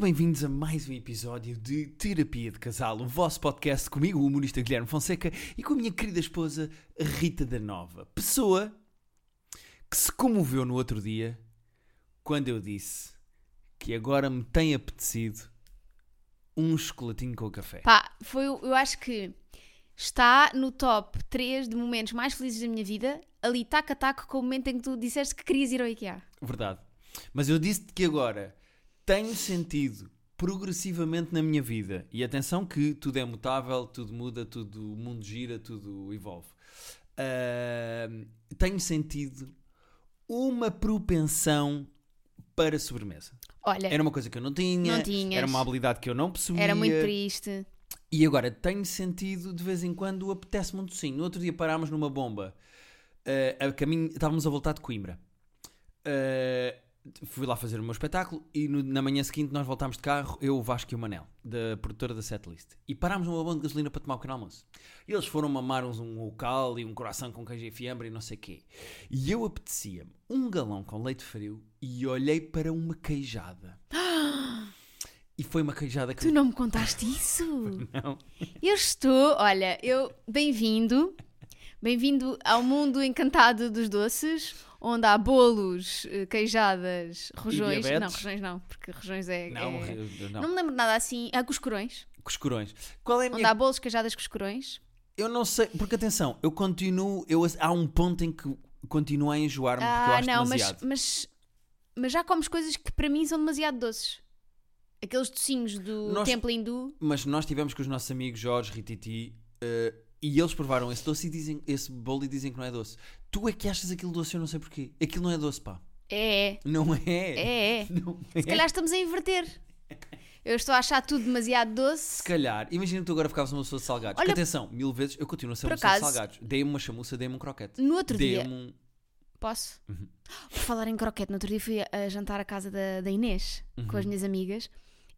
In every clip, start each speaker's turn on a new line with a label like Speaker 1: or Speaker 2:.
Speaker 1: bem-vindos a mais um episódio de Terapia de Casal, o vosso podcast comigo, o humorista Guilherme Fonseca, e com a minha querida esposa Rita da Nova. Pessoa que se comoveu no outro dia quando eu disse que agora me tem apetecido um chocolatinho com café.
Speaker 2: Pá, foi, o- eu acho que está no top 3 de momentos mais felizes da minha vida, ali tac a taco com o momento em que tu disseste que querias ir ao IKEA.
Speaker 1: Verdade. Mas eu disse-te que agora tenho sentido progressivamente na minha vida. E atenção que tudo é mutável, tudo muda, tudo o mundo gira, tudo evolve. Ahm, tenho sentido uma propensão para sobremesa.
Speaker 2: Olha,
Speaker 1: Era um uma coisa que eu não tinha,
Speaker 2: É. Não tinhas.
Speaker 1: era uma habilidade que eu não possuía.
Speaker 2: era muito triste.
Speaker 1: E agora tenho sentido de vez em quando apetece-me um docinho. No outro dia parámos numa bomba. Eh, a caminho, estávamos a voltar de Coimbra. Eh, fui lá fazer o meu espetáculo e no- na manhã seguinte nós voltámos de carro, eu, o Vasco e o Manel, da produtora da Setlist. E parámos numa bomba de gasolina para tomar o pequeno almoço. E eles foram mamar uns um local e um coração com queijo e fiambre e não sei quê. E eu apetecia-me um galão com leite frio e olhei para uma queijada. E foi uma queijada que
Speaker 2: Tu não me contaste isso?
Speaker 1: não.
Speaker 2: Eu estou, olha, eu bem-vindo, bem-vindo ao mundo encantado dos doces, onde há bolos, eh, queijadas, rojões.
Speaker 1: diabetes.
Speaker 2: Não, rojões não, porque rojões é.
Speaker 1: Não,
Speaker 2: é-
Speaker 1: eu-
Speaker 2: Não me lembro de nada assim. Ah, cuscurões.
Speaker 1: Cuscurões. Qual é a
Speaker 2: Onde
Speaker 1: minha...
Speaker 2: há bolos, queijadas, cuscurões.
Speaker 1: Eu não sei, porque atenção, eu continuo, eu, há um ponto em que continuo a enjoar-me porque eu
Speaker 2: Ah,
Speaker 1: acho
Speaker 2: não, mas,
Speaker 1: demasiado.
Speaker 2: mas, mas já comes coisas que para mim são demasiado doces. Aqueles docinhos do
Speaker 1: Nós-
Speaker 2: templo hindu.
Speaker 1: Mas nós tivemos com os nossos amigos Jorge, Rititi, eh, e eles provaram esse doce e dizem, esse bolo e dizem que não é doce. Tu é que achas aquilo doce, eu não sei porquê. Aquilo não é doce, pá.
Speaker 2: É,
Speaker 1: Não é.
Speaker 2: é, é.
Speaker 1: Não
Speaker 2: Se calhar estamos a inverter. Eu estou a achar tudo demasiado doce.
Speaker 1: Se calhar, imagina que tu agora ficavas uma pessoa de salgados.
Speaker 2: Olha-
Speaker 1: Porque atenção, mil vezes eu continuo a ser
Speaker 2: Por
Speaker 1: uma pessoa de
Speaker 2: acaso-
Speaker 1: salgados. Dei-me uma chamuça, dei-me um croquete.
Speaker 2: No outro dia,
Speaker 1: Dei-me um. Uhum.
Speaker 2: posso? Por falar em croquete, no outro dia fui a jantar à casa da, da Inês com
Speaker 1: Uhum.
Speaker 2: as minhas amigas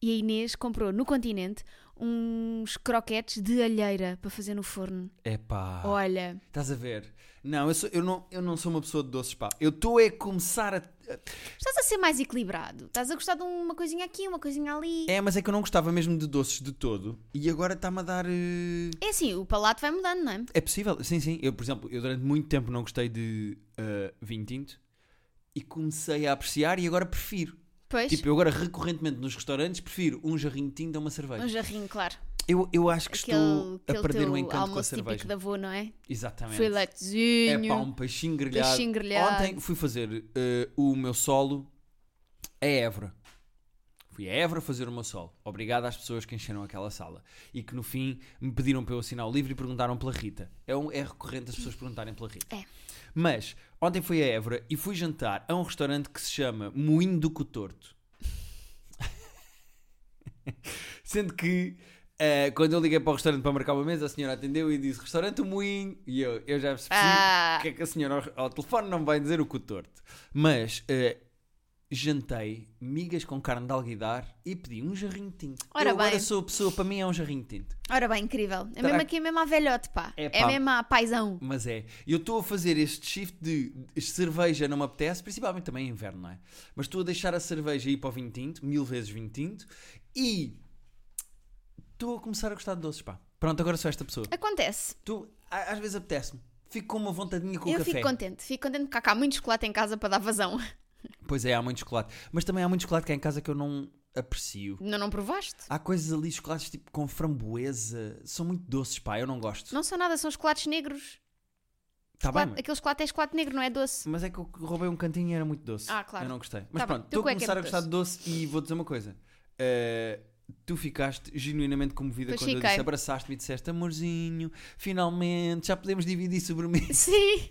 Speaker 2: e a Inês comprou no continente uns croquetes de alheira para fazer no forno.
Speaker 1: Epá.
Speaker 2: Olha,
Speaker 1: Estás a ver? Não, eu, sou- eu não, eu não sou uma pessoa de doces, pá. Eu estou a começar a.
Speaker 2: estás a ser mais equilibrado. Estás a gostar de uma coisinha aqui, uma coisinha ali.
Speaker 1: É, mas é que eu não gostava mesmo de doces de todo e agora está-me a dar. eh,
Speaker 2: É assim, o palato vai mudando, não é?
Speaker 1: É possível? Sim, sim. Eu, por exemplo, eu durante muito tempo não gostei de eh, vinho tinto e comecei a apreciar e agora prefiro.
Speaker 2: Pois,
Speaker 1: Tipo, eu agora recorrentemente nos restaurantes prefiro um jarrinho de tinto a uma cerveja.
Speaker 2: um jarrinho, claro.
Speaker 1: Eu, eu acho que estou
Speaker 2: aquele
Speaker 1: a perder
Speaker 2: teu
Speaker 1: o encanto com a
Speaker 2: almoço típico
Speaker 1: cerveja.
Speaker 2: da avó, não é?
Speaker 1: Exatamente. É
Speaker 2: Filetezinho.
Speaker 1: pá, um peixinho grelhado.
Speaker 2: Peixinho grelhado.
Speaker 1: Ontem fui fazer eh, o meu solo a Évora. Fui a Évora fazer o meu solo. Obrigado às pessoas que encheram aquela sala. E que no fim me pediram para eu assinar o livro e perguntaram pela Rita. É, um- é recorrente as pessoas perguntarem pela Rita.
Speaker 2: É.
Speaker 1: Mas ontem fui a Évora e fui jantar a um restaurante que se chama Moinho do Cotorto. Sendo que eh, quando eu liguei para o restaurante para marcar uma mesa, a senhora atendeu e disse restaurante o Moinho. E eu, eu já percebi
Speaker 2: Ah.
Speaker 1: que é que a senhora ao, ao telefone não vai dizer o cu torto. Mas eh, jantei migas com carne de alguidar e pedi um jarrinho de tinto.
Speaker 2: Ora
Speaker 1: eu agora
Speaker 2: bem.
Speaker 1: sou a pessoa, para mim é um jarrinho de tinto.
Speaker 2: Ora bem, incrível. É mesmo
Speaker 1: Terá-
Speaker 2: aqui, é mesmo a velhote, pá.
Speaker 1: Tá É
Speaker 2: É,
Speaker 1: pá.
Speaker 2: mesmo a paisão.
Speaker 1: Mas é, eu estou a fazer este shift de de cerveja não me apetece, principalmente também em inverno, não é? Mas estou a deixar a cerveja ir para o vinho tinto, mil vezes vinho tinto, e estou a começar a gostar de doces, pá. Pronto, agora sou esta pessoa.
Speaker 2: Acontece.
Speaker 1: Tu, a- às vezes apetece-me. Fico com uma vontadinha com
Speaker 2: eu
Speaker 1: o café.
Speaker 2: fico contente. Fico contente porque há cá muito chocolate em casa para dar vazão.
Speaker 1: Pois é, há muito chocolate. Mas também há muito chocolate cá em casa que eu não aprecio.
Speaker 2: Não, não provaste?
Speaker 1: Há coisas ali, chocolates tipo com framboesa, são muito doces, pá, eu não gosto.
Speaker 2: Não são nada, são chocolates negros.
Speaker 1: Está Ah, bem,
Speaker 2: Chocolate-
Speaker 1: mas-
Speaker 2: Aquele chocolate é chocolate negro, não é doce.
Speaker 1: mas é que eu roubei um cantinho e era muito doce.
Speaker 2: Ah, claro.
Speaker 1: Eu não gostei. Mas
Speaker 2: Tá bem,
Speaker 1: pronto, estou
Speaker 2: teu
Speaker 1: a
Speaker 2: cueca é
Speaker 1: começar a
Speaker 2: muito
Speaker 1: gostar de doce e vou dizer uma coisa. Uh, tu ficaste genuinamente comovida
Speaker 2: Pois
Speaker 1: quando eu
Speaker 2: fiquei.
Speaker 1: disse, abraçaste-me e disseste, amorzinho, finalmente, já podemos dividir sobremesa.
Speaker 2: Sim.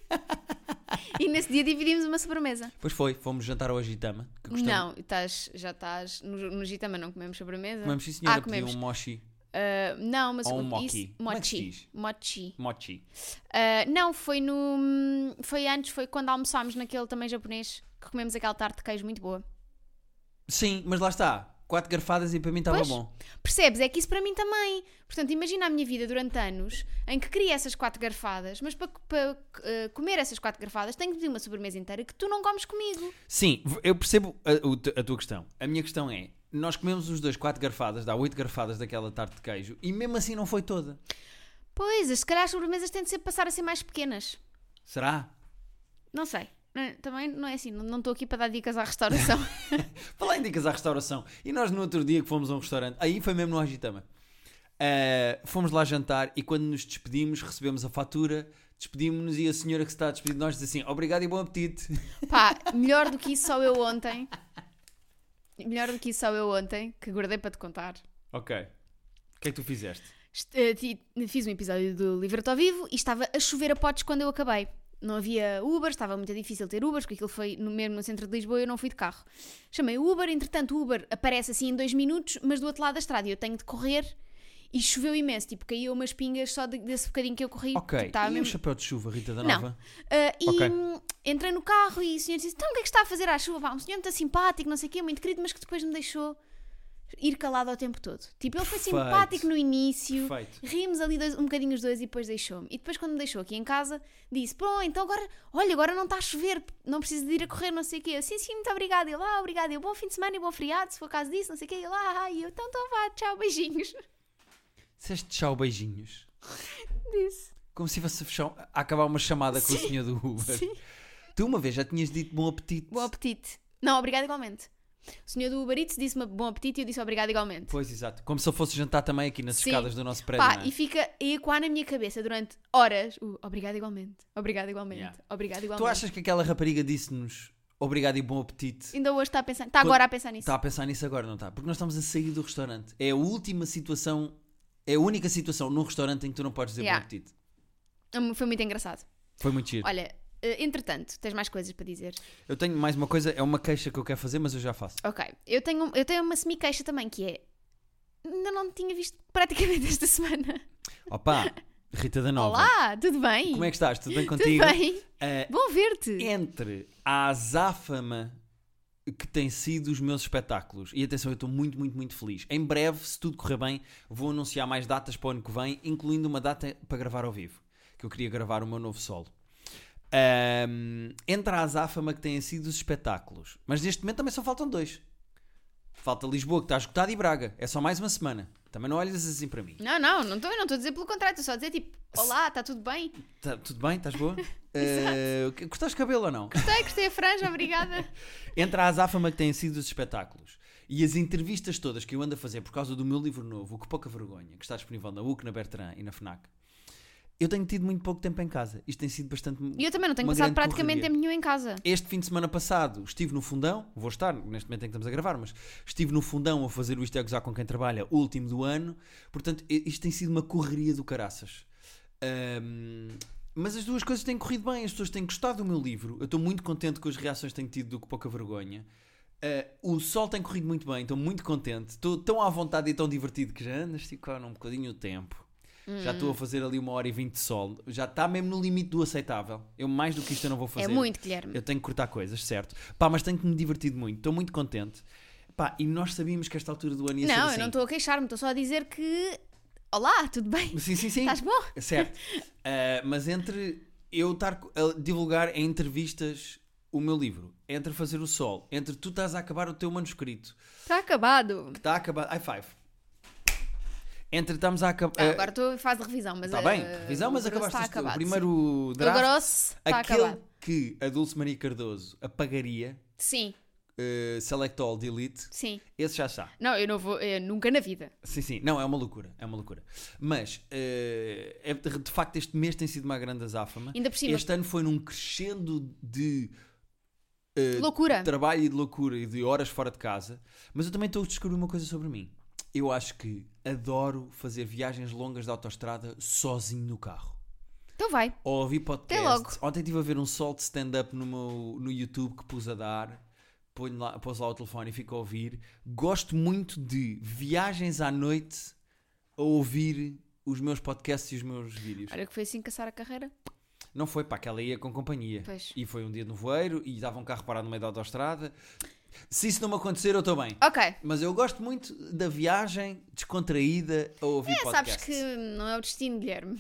Speaker 2: e nesse dia dividimos uma sobremesa.
Speaker 1: Pois foi, fomos jantar ao Agitama, que gostamos.
Speaker 2: Não, estás, já estás no, no Gitama, não comemos sobremesa.
Speaker 1: Comemos sim senhora,
Speaker 2: Ah,
Speaker 1: pediu
Speaker 2: comemos.
Speaker 1: um mochi.
Speaker 2: Ah, não, mas
Speaker 1: Ou
Speaker 2: o-
Speaker 1: um mochi.
Speaker 2: isso,
Speaker 1: Como é que se diz?
Speaker 2: mochi. Mochi.
Speaker 1: Mochi.
Speaker 2: Ah, não, foi no. Foi antes, foi quando almoçámos naquele também japonês que comemos aquela tarte de queijo muito boa.
Speaker 1: Sim, mas lá está. quatro garfadas e para mim estava
Speaker 2: Pois.
Speaker 1: bom.
Speaker 2: Percebes? É que isso para mim também. Portanto, imagina a minha vida durante anos em que queria essas quatro garfadas, mas para, para, eh, comer essas quatro garfadas tenho que pedir uma sobremesa inteira que tu não comes comigo.
Speaker 1: Sim, v- eu percebo a, o te- a tua questão. A minha questão é: nós comemos os dois quatro garfadas, dá oito garfadas daquela tarte de queijo e mesmo assim não foi toda.
Speaker 2: Pois, se calhar as sobremesas têm de ser, passar a ser mais pequenas.
Speaker 1: Será?
Speaker 2: Não sei. Não- Também não é assim. Não não estou aqui para dar dicas à restauração.
Speaker 1: Falar em dicas à restauração. E nós no outro dia que fomos a um restaurante, aí foi mesmo no Agitama. Ah, fomos lá jantar e quando nos despedimos, recebemos a fatura, despedimos-nos e a senhora que se está a despedir de nós diz assim: Obrigado e bom apetite.
Speaker 2: Pá, melhor do que isso só eu ontem. Melhor do que isso só eu ontem, que guardei para te contar.
Speaker 1: ok. O que é que tu fizeste?
Speaker 2: Est- eh, ti- Fiz um episódio do Livreto ao Vivo e estava a chover a potes quando eu acabei. Não havia Uber, estava muito difícil ter Ubers, porque aquilo foi no mesmo no centro de Lisboa e eu não fui de carro. Chamei o Uber, entretanto o Uber aparece assim em dois minutos, mas do outro lado da estrada e eu tenho de correr e choveu imenso, tipo, caiu umas pingas só de- desse bocadinho que eu corri.
Speaker 1: Ok.
Speaker 2: tipo, estava
Speaker 1: e o
Speaker 2: mesmo-
Speaker 1: chapéu de chuva, Rita da
Speaker 2: Não.
Speaker 1: Nova?
Speaker 2: Uh, e
Speaker 1: Ok.
Speaker 2: hum, entrei no carro e o senhor disse: Então, o que é que está a fazer à chuva? Pá, um senhor muito simpático, não sei o quê, muito querido, mas que depois me deixou ir calado ao tempo todo. Tipo, ele foi
Speaker 1: Perfeito.
Speaker 2: simpático no início,
Speaker 1: Perfeito.
Speaker 2: rimos ali dois- um bocadinho os dois e depois deixou-me. E depois, quando me deixou aqui em casa, disse: Bom, então agora, olha, agora não está a chover, não preciso de ir a correr, não sei o quê. Eu, sim, sim, muito obrigada. Ele, ah, obrigado. Eu, bom fim de semana e bom feriado, se for caso disso, não sei o quê. Ele, ah, ah." e eu, então, então vá, tchau, beijinhos.
Speaker 1: Disseste tchau, beijinhos.
Speaker 2: Disse:
Speaker 1: Como se fosse a fechar- um- a acabar uma chamada com o senhor do Uber.
Speaker 2: Sim.
Speaker 1: Tu uma vez já tinhas dito bom apetite.
Speaker 2: Bom apetite. Não, obrigada igualmente. O senhor do Uber Eats disse-me bom apetite e eu disse obrigada igualmente.
Speaker 1: Pois, exato. Como se eu fosse jantar também aqui nas
Speaker 2: Sim.
Speaker 1: escadas do nosso prédio.
Speaker 2: Pá,
Speaker 1: não é?
Speaker 2: e fica a ecoar na minha cabeça durante horas o obrigada igualmente, obrigada igualmente,
Speaker 1: Yeah.
Speaker 2: obrigada igualmente.
Speaker 1: Tu achas que aquela rapariga disse-nos obrigado e bom apetite?
Speaker 2: Ainda hoje está a pensar, está
Speaker 1: Quando- tá.
Speaker 2: agora a pensar nisso.
Speaker 1: Está a pensar nisso agora, não está? Porque nós estamos a sair do restaurante. É a última situação, é a única situação num restaurante em que tu não podes dizer
Speaker 2: Yeah.
Speaker 1: bom apetite.
Speaker 2: Hum, Foi muito engraçado.
Speaker 1: Foi muito giro.
Speaker 2: Olha, eh, entretanto, tens mais coisas para dizer?
Speaker 1: Eu tenho mais uma coisa, é uma queixa que eu quero fazer, mas eu já faço.
Speaker 2: Ok, eu tenho, eu tenho uma semi-queixa também que é. Ainda não te tinha visto praticamente esta semana.
Speaker 1: Opa, Rita da Nova.
Speaker 2: Olá, tudo bem?
Speaker 1: Como é que estás? Tudo bem
Speaker 2: Tudo
Speaker 1: contigo?
Speaker 2: bem?
Speaker 1: Eh,
Speaker 2: Bom ver-te.
Speaker 1: entre a azáfama que tem sido os meus espetáculos, e atenção, eu estou muito, muito, muito feliz. Em breve, se tudo correr bem, vou anunciar mais datas para o ano que vem, incluindo uma data para gravar ao vivo, que eu queria gravar o meu novo solo. Ahm, entre a azáfama que têm sido os espetáculos, mas neste momento também só faltam dois. Falta Lisboa, que está esgotada, e Braga. É só mais uma semana. Também não olhas assim para mim.
Speaker 2: Não, não, não estou não estou a dizer pelo contrário, estou só a dizer tipo, olá, está tudo bem?
Speaker 1: Tá- tudo bem? Estás boa? Eh, que- Cortaste cabelo ou não?
Speaker 2: Gostei, gostei a franja, obrigada.
Speaker 1: Entre a azáfama que têm sido os espetáculos e as entrevistas todas que eu ando a fazer por causa do meu livro novo, O Que Pouca Vergonha, que está disponível na UC, na Bertrand e na FNAC, eu tenho tido muito pouco tempo em casa. Isto tem sido bastante...
Speaker 2: E eu também não tenho
Speaker 1: Uma grande
Speaker 2: passado praticamente
Speaker 1: correria.
Speaker 2: tempo nenhum em casa.
Speaker 1: Este fim de semana passado estive no Fundão, vou estar, neste momento em que estamos a gravar, mas estive no Fundão a fazer o Isto é Gozar com Quem Trabalha, o último do ano. Portanto, i- isto tem sido uma correria do caraças. Ahm, mas as duas coisas têm corrido bem, as pessoas têm gostado do meu livro. Eu estou muito contente com as reações que tenho tido do que pouca vergonha. Ah, o sol tem corrido muito bem, estou muito contente. Estou tão à vontade e tão divertido que já ando a esticar um bocadinho o tempo. Já
Speaker 2: Hum.
Speaker 1: estou a fazer ali uma hora e vinte de sol. Já está mesmo no limite do aceitável. Eu mais do que isto eu não vou fazer.
Speaker 2: É muito, Guilherme.
Speaker 1: Eu tenho que cortar coisas, certo? Pá, mas tenho que me divertido muito, estou muito contente. Pá, e nós sabíamos que esta altura do ano ia ser
Speaker 2: não,
Speaker 1: assim.
Speaker 2: eu não estou a queixar-me, estou só a dizer que. Olá, tudo bem?
Speaker 1: Sim, sim, sim.
Speaker 2: Estás bom?
Speaker 1: Certo. Ah, mas entre eu estar a divulgar em entrevistas o meu livro, entre fazer o sol, entre tu estás a acabar o teu manuscrito,
Speaker 2: Está acabado.
Speaker 1: que está a acabar... High five. Entre estamos a acabar...
Speaker 2: Ah, agora estou em fase de revisão, mas.
Speaker 1: É, Está
Speaker 2: eh,
Speaker 1: bem, revisão, mas
Speaker 2: o grosso
Speaker 1: acabaste
Speaker 2: está
Speaker 1: isto tudo. o
Speaker 2: acabado,
Speaker 1: primeiro
Speaker 2: sim.
Speaker 1: draft,
Speaker 2: O grosso está
Speaker 1: aquele
Speaker 2: acabado.
Speaker 1: que a Dulce Maria Cardoso apagaria,
Speaker 2: Sim,
Speaker 1: eh, select all, delete,
Speaker 2: sim.
Speaker 1: esse já está.
Speaker 2: Não, eu não vou. eh, nunca na vida.
Speaker 1: Sim, sim, não, é uma loucura, é uma loucura. Mas, eh, é, de de facto, este mês tem sido uma grande azáfama.
Speaker 2: Ainda por cima.
Speaker 1: Este ano foi num crescendo de eh,
Speaker 2: Loucura.
Speaker 1: trabalho e de loucura e de horas fora de casa. Mas eu também estou a descobrir uma coisa sobre mim. Eu acho que adoro fazer viagens longas de autoestrada sozinho no carro.
Speaker 2: Então vai.
Speaker 1: Ou ouvir
Speaker 2: logo.
Speaker 1: podcasts. Ontem estive a ver um sol de stand-up no, meu- no YouTube que pus a dar. Ponho lá, pôs lá o telefone e fico a ouvir. Gosto muito de viagens à noite a ouvir os meus podcasts e os meus vídeos.
Speaker 2: Olha que foi assim caçar a carreira.
Speaker 1: Não foi, pá, que ela ia com companhia.
Speaker 2: Pois.
Speaker 1: E foi um dia de nevoeiro e dava um carro parado no meio da autostrada. Se isso não me acontecer, eu estou bem.
Speaker 2: Ok. É,
Speaker 1: Mas eu gosto muito da viagem descontraída a ouvir
Speaker 2: É,
Speaker 1: podcast.
Speaker 2: sabes que não é o destino, Guilherme.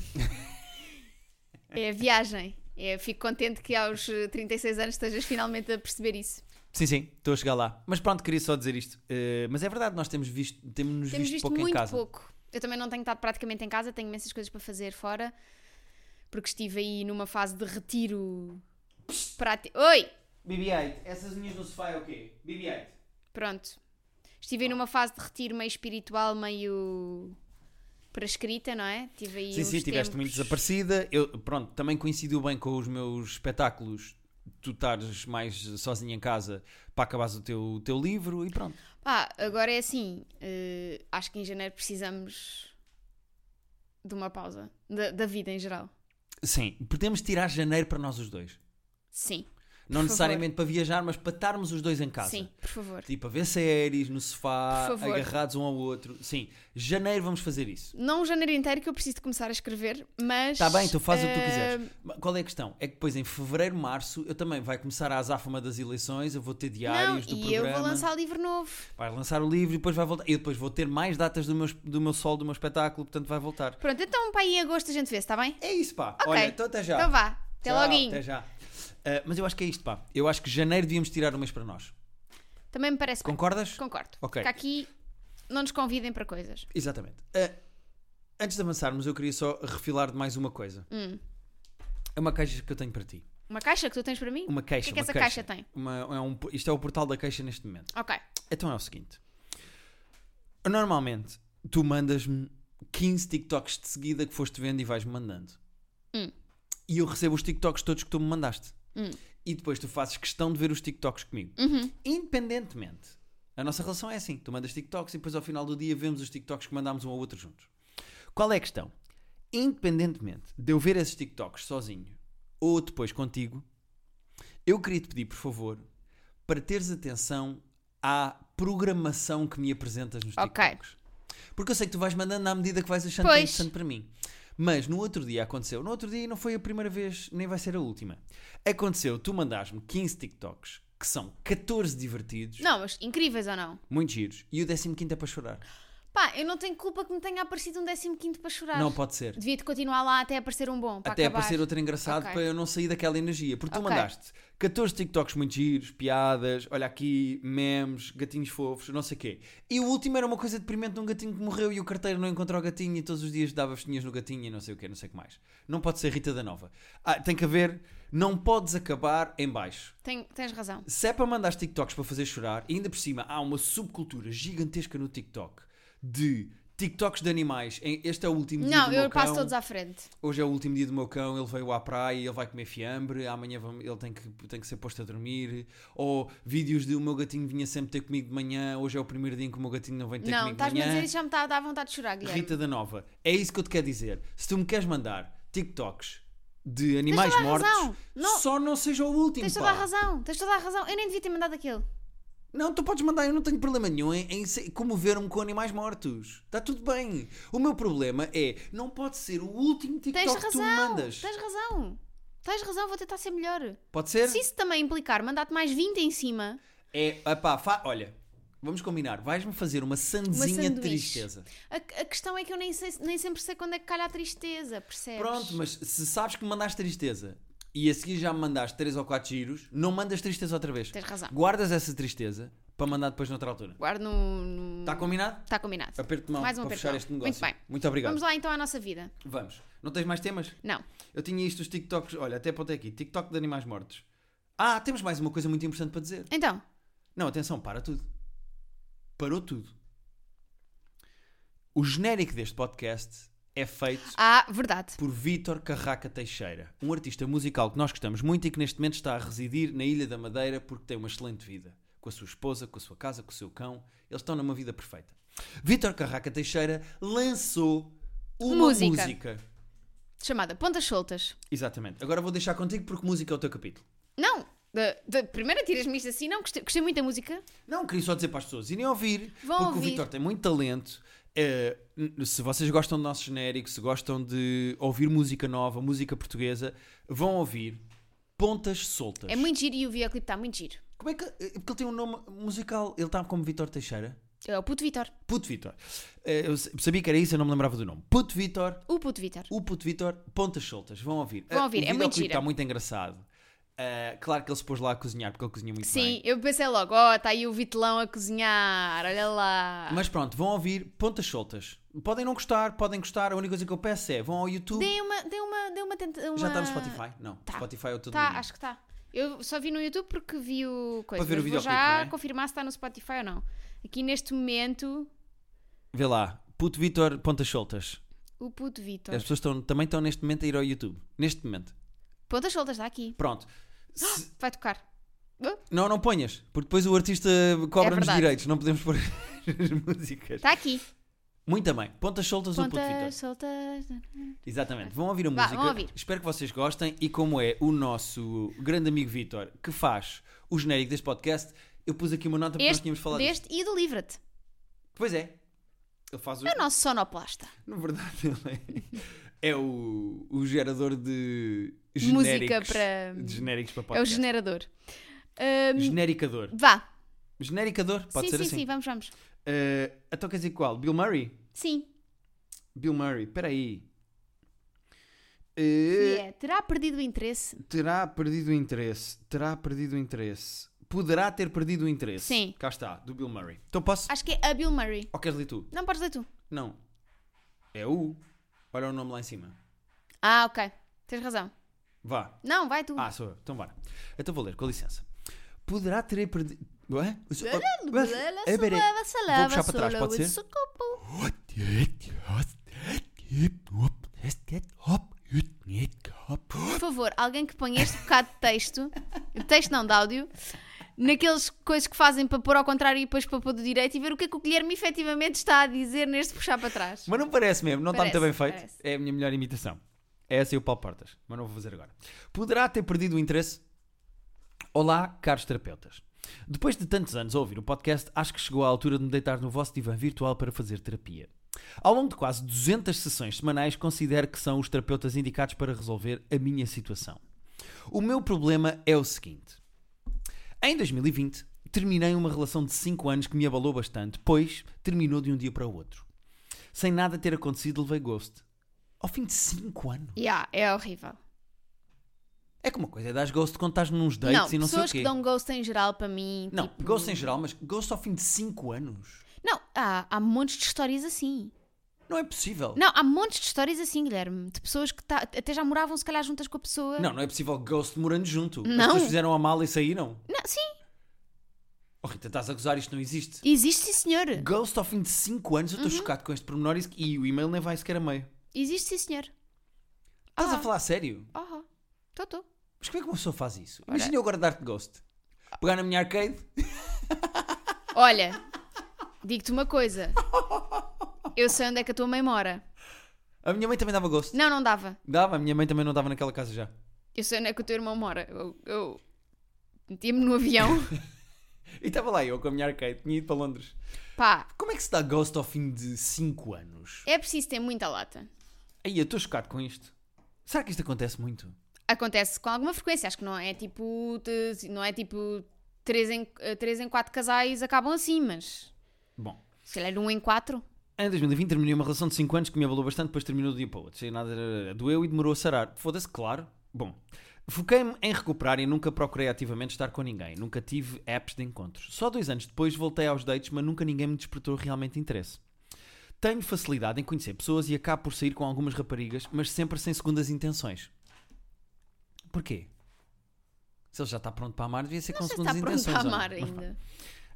Speaker 2: é a viagem. É, fico contente que aos eh, 36 anos estejas finalmente a perceber isso.
Speaker 1: Sim, sim, estou a chegar lá. Mas pronto, queria só dizer isto. Eh, mas é verdade, nós temos visto, temos nos
Speaker 2: Temos
Speaker 1: visto,
Speaker 2: visto
Speaker 1: pouco em
Speaker 2: muito
Speaker 1: casa.
Speaker 2: pouco. Eu também não tenho estado praticamente em casa, tenho imensas coisas para fazer fora, porque estive aí numa fase de retiro. Prati... Oi!
Speaker 1: BB-8, essas unhas no sofá é o quê? BB-8.
Speaker 2: Pronto. Estive aí numa fase de retiro meio espiritual, meio para escrita, não é? Tive aí
Speaker 1: Sim,
Speaker 2: uns
Speaker 1: sim, estiveste
Speaker 2: tempos-
Speaker 1: muito desaparecida. Eu, pronto, também coincidiu bem com os meus espetáculos. Tu estares mais sozinha em casa para acabares o teu, o teu livro e pronto.
Speaker 2: Pá, agora é assim. eh, acho que em janeiro precisamos de uma pausa. Da, da vida em geral.
Speaker 1: Sim, podemos tirar janeiro para nós os dois.
Speaker 2: Sim.
Speaker 1: Não
Speaker 2: Por
Speaker 1: necessariamente para viajar, mas para estarmos os dois em casa.
Speaker 2: Sim, por favor.
Speaker 1: Tipo, a ver séries, no
Speaker 2: Por
Speaker 1: sofá,
Speaker 2: favor.
Speaker 1: agarrados um ao outro. Sim, janeiro vamos fazer isso.
Speaker 2: Não o janeiro inteiro que eu preciso de começar a escrever, mas.
Speaker 1: Está Tá bem, tu fazes o que tu
Speaker 2: eh,
Speaker 1: quiseres. Mas Qual é a questão? É que depois em fevereiro, março, eu também vai começar a azáfama das eleições, eu vou ter
Speaker 2: Não,
Speaker 1: diários do
Speaker 2: e eu
Speaker 1: programa.
Speaker 2: vou lançar livro novo.
Speaker 1: Vai lançar o livro e depois vai voltar. E depois vou ter mais datas do meu, do meu sol, do meu espetáculo, portanto vai voltar.
Speaker 2: Pronto, então para aí em agosto a gente vê-se, está bem?
Speaker 1: É isso, pá. Olha, então até já.
Speaker 2: Então vá. Até
Speaker 1: Tchau,
Speaker 2: loguinho.
Speaker 1: Até já. Ah, mas eu acho que é isto, pá. Eu acho que janeiro devíamos tirar um mês para nós.
Speaker 2: Também me parece. bem.
Speaker 1: Concordas?
Speaker 2: Concordo.
Speaker 1: Ok.
Speaker 2: Que aqui não nos convidem para coisas.
Speaker 1: Exatamente. Ah, antes de avançarmos, eu queria só refilar de mais uma coisa.
Speaker 2: Hum.
Speaker 1: É uma caixa que eu tenho para ti.
Speaker 2: Uma caixa que tu tens para mim?
Speaker 1: Uma
Speaker 2: O que
Speaker 1: queixa.
Speaker 2: é que
Speaker 1: uma
Speaker 2: essa caixa tem?
Speaker 1: Uma- é um- isto é o portal da queixa neste momento.
Speaker 2: Ok.
Speaker 1: Então é o seguinte: normalmente tu mandas-me 15 TikToks de seguida que foste vendo e vais-me mandando.
Speaker 2: Hum.
Speaker 1: E eu recebo os TikToks todos que tu me mandaste.
Speaker 2: Hum.
Speaker 1: E depois tu fazes questão de ver os TikToks comigo.
Speaker 2: Uhum.
Speaker 1: Independentemente. A nossa relação é assim: tu mandas TikToks e depois ao final do dia vemos os TikToks que mandámos um ao outro juntos. Qual é a questão? Independentemente de eu ver esses TikToks sozinho ou depois contigo, eu queria te pedir, por favor, para teres atenção à programação que me apresentas nos
Speaker 2: Ok.
Speaker 1: TikToks. Porque eu sei que tu vais mandando à medida que vais achando que é
Speaker 2: Pois.
Speaker 1: interessante para mim. Mas no outro dia aconteceu, no outro dia e não foi a primeira vez, nem vai ser a última. Aconteceu, tu mandaste-me 15 TikToks, que são 14 divertidos,
Speaker 2: Não, mas incríveis ou não?
Speaker 1: muito giros, e o 15 é para chorar.
Speaker 2: Pá, eu não tenho culpa que me tenha aparecido um 15 para chorar.
Speaker 1: Não pode ser.
Speaker 2: Devia de continuar lá até aparecer um bom. Para
Speaker 1: até
Speaker 2: acabar.
Speaker 1: aparecer outro engraçado
Speaker 2: Ok.
Speaker 1: para eu não sair daquela energia. Porque tu
Speaker 2: Ok.
Speaker 1: mandaste 14 TikToks muito giros, piadas, olha aqui, memes, gatinhos fofos, não sei o quê. E o último era uma coisa deprimente de um gatinho que morreu e o carteiro não encontrou o gatinho e todos os dias dava festinhas no gatinho e não sei o quê, não sei o que mais. Não pode ser Rita da Nova. Ah, tem que haver, não podes acabar em baixo.
Speaker 2: Tem- tens razão.
Speaker 1: Se é para mandar os TikToks para fazer chorar, e ainda por cima há uma subcultura gigantesca no TikTok de TikToks de animais. Em- Este é o último dia do
Speaker 2: Não,
Speaker 1: meu
Speaker 2: eu passo
Speaker 1: cão.
Speaker 2: todos à frente.
Speaker 1: Hoje é o último dia do meu cão, ele veio à praia, ele vai comer fiambre, amanhã vam- ele tem que, tem que ser posto a dormir. Ou vídeos de o meu gatinho vinha sempre ter comigo de manhã, hoje é o primeiro dia em que o meu gatinho não vem ter
Speaker 2: Não,
Speaker 1: comigo de
Speaker 2: estás-me a
Speaker 1: manhã.
Speaker 2: dizer isso já me está a dar vontade de chorar, Guilherme.
Speaker 1: Rita da Nova, é isso que eu te quero dizer. Se tu me queres mandar TikToks de animais
Speaker 2: toda a
Speaker 1: mortos,
Speaker 2: razão. Não-
Speaker 1: só não seja o último.
Speaker 2: Tens toda
Speaker 1: pá.
Speaker 2: a razão, tens toda a razão. Eu nem devia ter mandado aquilo.
Speaker 1: Não, tu podes mandar, eu não tenho problema nenhum em, em se- comover-me com animais mortos. Está tudo bem. O meu problema é, não pode ser o último TikTok
Speaker 2: Tens
Speaker 1: que tu me
Speaker 2: razão,
Speaker 1: mandas.
Speaker 2: tens razão. Tens razão, vou tentar ser melhor.
Speaker 1: Pode ser?
Speaker 2: Se isso também implicar mandar-te mais 20 em cima,
Speaker 1: É, epá, fa- olha, vamos combinar. Vais-me fazer uma sandezinha de
Speaker 2: sanduíche.
Speaker 1: tristeza.
Speaker 2: a, a questão é que eu nem, sei- nem sempre sei quando é que calha a tristeza, percebes?
Speaker 1: Pronto, mas se sabes que me mandaste tristeza e a seguir já me mandaste 3 ou 4 giros, não mandas tristeza outra vez.
Speaker 2: Tens razão.
Speaker 1: Guardas essa tristeza para mandar depois noutra altura.
Speaker 2: Guardo no. no-
Speaker 1: Está combinado?
Speaker 2: Tá combinado.
Speaker 1: Aperto de mão
Speaker 2: Mais um
Speaker 1: para
Speaker 2: aperto de
Speaker 1: fechar
Speaker 2: mão.
Speaker 1: este negócio.
Speaker 2: Muito bem.
Speaker 1: obrigado.
Speaker 2: Vamos
Speaker 1: Vamos.
Speaker 2: lá então à nossa vida.
Speaker 1: Não tens mais temas?
Speaker 2: Não.
Speaker 1: Eu tinha isto os TikToks. Olha, até apontei aqui. TikTok de animais mortos. Ah, temos mais uma coisa muito importante para dizer.
Speaker 2: Então,
Speaker 1: Não, atenção, para tudo. Parou tudo. O genérico deste podcast é feito
Speaker 2: ah, verdade.
Speaker 1: por Vítor Carraca Teixeira, um artista musical que nós gostamos muito e que neste momento está a residir na Ilha da Madeira porque tem uma excelente vida. Com a sua esposa, com a sua casa, com o seu cão, eles estão numa vida perfeita. Vítor Carraca Teixeira lançou uma música.
Speaker 2: Música. Chamada Pontas Soltas.
Speaker 1: Exatamente. Agora vou deixar contigo porque música é o teu capítulo.
Speaker 2: Não! De, de, primeiro tiras-me isto assim, não? Gostei, gostei muito da música.
Speaker 1: Não, queria só dizer para as pessoas irem ouvir,
Speaker 2: Vão
Speaker 1: porque o
Speaker 2: ouvir.
Speaker 1: Vitor tem muito talento. Eh, n- se vocês gostam do nosso genérico, se gostam de ouvir música nova, música portuguesa, vão ouvir pontas soltas.
Speaker 2: É muito giro e o videoclipe está muito giro.
Speaker 1: Como é que. é Porque ele tem um nome musical. Ele está como Vitor Teixeira.
Speaker 2: É o Puto Vitor.
Speaker 1: Puto Vitor. Eh, Eu s- sabia que era isso, eu não me lembrava do nome. Puto Vitor,
Speaker 2: O Puto Vitor.
Speaker 1: o Puto Vitor, pontas soltas. Vão ouvir.
Speaker 2: Vão
Speaker 1: Ah,
Speaker 2: ouvir,
Speaker 1: o
Speaker 2: é muito
Speaker 1: videoclipe
Speaker 2: gira.
Speaker 1: está muito engraçado. Ah, claro que ele se pôs lá a cozinhar, porque ele cozinha muito bem.
Speaker 2: Sim, eu pensei logo, ó, está aí o Vitelão a cozinhar, olha lá.
Speaker 1: Mas pronto, vão ouvir pontas soltas. Podem não gostar, podem gostar. A única coisa que eu peço é vão ao YouTube.
Speaker 2: Dei uma, dei uma, dei uma tentativa.
Speaker 1: Já está no Spotify? Não. Spotify é o todo
Speaker 2: Tá, acho que está. Eu só vi no YouTube porque vi o coisa.
Speaker 1: Para ver
Speaker 2: mas
Speaker 1: o
Speaker 2: vou
Speaker 1: videoclipe,
Speaker 2: já
Speaker 1: não é?
Speaker 2: confirmar se está no Spotify ou não. Aqui neste momento,
Speaker 1: Vê lá. Puto Vitor, pontas soltas.
Speaker 2: o puto Vitor.
Speaker 1: As pessoas estão, também estão neste momento a ir ao YouTube. Neste momento.
Speaker 2: Pontas soltas está aqui.
Speaker 1: Pronto. Se-
Speaker 2: Vai tocar.
Speaker 1: não, não ponhas, porque depois o artista
Speaker 2: É
Speaker 1: cobra-nos
Speaker 2: verdade.
Speaker 1: direitos. Não podemos pôr as músicas.
Speaker 2: Está Tá aqui.
Speaker 1: Muito bem. Pontas soltas ou Puto Vitor.
Speaker 2: Pontas soltas.
Speaker 1: Exatamente. Vão ouvir a
Speaker 2: Vá,
Speaker 1: música.
Speaker 2: vão ouvir.
Speaker 1: Espero que vocês gostem. E como é o nosso grande amigo Vitor que faz o genérico deste podcast, eu pus aqui uma nota porque nós
Speaker 2: Este,
Speaker 1: tínhamos falado disto.
Speaker 2: deste e do Livra-te.
Speaker 1: Pois é. Ele faz o.
Speaker 2: É o nosso sonoplasta.
Speaker 1: Na verdade, ele é, é o, o gerador de
Speaker 2: Música
Speaker 1: genéricos-
Speaker 2: para-
Speaker 1: De genéricos para
Speaker 2: É o
Speaker 1: podcast.
Speaker 2: generador. Ahm,
Speaker 1: Genericador.
Speaker 2: vá.
Speaker 1: Genericador, pode
Speaker 2: sim,
Speaker 1: ser
Speaker 2: sim,
Speaker 1: assim.
Speaker 2: sim, vamos, vamos.
Speaker 1: Eh, então quer dizer qual? Bill Murray?
Speaker 2: Sim.
Speaker 1: Bill Murray, peraí. Eh,
Speaker 2: E é, terá perdido o interesse?
Speaker 1: Terá perdido o interesse. Terá perdido o interesse. Poderá ter perdido o interesse.
Speaker 2: Sim.
Speaker 1: Cá está, do Bill Murray. Então posso.
Speaker 2: Acho que é a Bill Murray.
Speaker 1: Ou queres ler tu?
Speaker 2: Não podes ler tu.
Speaker 1: Não. É o. Olha o nome lá em cima.
Speaker 2: Ah, ok. Tens razão.
Speaker 1: Vá.
Speaker 2: Não, vai tu.
Speaker 1: Ah, sou eu. Então bora. Então vou ler, com licença. Poderá ter perdido. Ué?
Speaker 2: Ela lava, se lava,
Speaker 1: eh, Vou puxar para trás,
Speaker 2: sola,
Speaker 1: pode ser?
Speaker 2: isso copo. Por favor, alguém que ponha este bocado de texto, de texto não, de áudio, naqueles coisas que fazem para pôr ao contrário e depois para pôr do direito e ver o que é que o Guilherme efetivamente está a dizer neste puxar para trás.
Speaker 1: Mas não parece mesmo, não está muito
Speaker 2: Parece,
Speaker 1: bem feito.
Speaker 2: parece.
Speaker 1: É a minha melhor imitação. É essa e o Paulo Portas, mas não vou fazer agora. Poderá ter perdido o interesse? Olá, caros terapeutas. Depois de tantos anos a ouvir o podcast, acho que chegou a altura de me deitar no vosso divã virtual para fazer terapia. Ao longo de quase 200 sessões semanais, considero que são os terapeutas indicados para resolver a minha situação. O meu problema é o seguinte. Em 2020, terminei uma relação de 5 anos que me abalou bastante, pois terminou de um dia para o outro. Sem nada ter acontecido, levei ghost. Ao fim de 5 anos.
Speaker 2: Yeah, é horrível.
Speaker 1: É como uma coisa, é dar ghost quando estás nos dates
Speaker 2: não,
Speaker 1: e não sei o
Speaker 2: pessoas
Speaker 1: quê.
Speaker 2: que dão ghost em geral para mim.
Speaker 1: Não,
Speaker 2: tipo-
Speaker 1: ghost em geral, mas ghost ao fim de 5 anos.
Speaker 2: Não, há, há montes de histórias assim.
Speaker 1: Não é possível.
Speaker 2: Não, há montes de histórias assim, Guilherme. De pessoas que tá- até já moravam, se calhar, juntas com a pessoa.
Speaker 1: Não, não é possível ghost morando junto. As
Speaker 2: Não.
Speaker 1: pessoas fizeram a mala e saíram.
Speaker 2: Não, sim,
Speaker 1: Oh Rita, estás a gozar, isto não existe.
Speaker 2: existe sim, senhor.
Speaker 1: Ghost ao fim de 5 anos, eu
Speaker 2: Uhum.
Speaker 1: estou chocado com este pormenor e- e o e-mail nem vai sequer a meio.
Speaker 2: Existe sim, senhor.
Speaker 1: Estás
Speaker 2: Ah.
Speaker 1: a falar a sério?
Speaker 2: Oh, tô, tô.
Speaker 1: Mas como é que uma pessoa faz isso? Imagina eu agora dar-te ghost. Pegar na minha arcade,
Speaker 2: Olha, digo-te uma coisa. Eu sei onde é que a tua mãe mora.
Speaker 1: a minha mãe também dava ghost.
Speaker 2: Não, não dava.
Speaker 1: Dava, a minha mãe também não dava naquela casa já.
Speaker 2: Eu sei onde é que o teu irmão mora. Eu, eu metia-me no avião.
Speaker 1: E estava lá eu com a minha arcade, tinha ido para Londres.
Speaker 2: Pá,
Speaker 1: Como é que se dá ghost ao fim de 5 anos?
Speaker 2: é preciso ter muita lata.
Speaker 1: Aí eu estou chocado com isto. Será que isto acontece muito?
Speaker 2: Acontece com alguma frequência. Acho que não é tipo. de- Não é tipo. 3 em, 3 em 4 casais acabam assim, mas.
Speaker 1: Bom,
Speaker 2: Se calhar um em 4.
Speaker 1: Em 2020 terminei uma relação de 5 anos que me abalou bastante, depois terminou do dia para o outro. Sem nada, doeu e demorou a sarar. Foda-se, claro. Bom, foquei-me em recuperar e nunca procurei ativamente estar com ninguém. Nunca tive apps de encontros. Só dois anos depois voltei aos dates, mas nunca ninguém me despertou realmente interesse. Tenho facilidade em conhecer pessoas e acabo por sair com algumas raparigas, mas sempre sem segundas intenções. Porquê? Se ele já está pronto para amar, devia ser com
Speaker 2: Não sei se
Speaker 1: segundas
Speaker 2: está
Speaker 1: intenções.
Speaker 2: pronto a
Speaker 1: ou não.
Speaker 2: amar
Speaker 1: Mas pronto.
Speaker 2: ainda.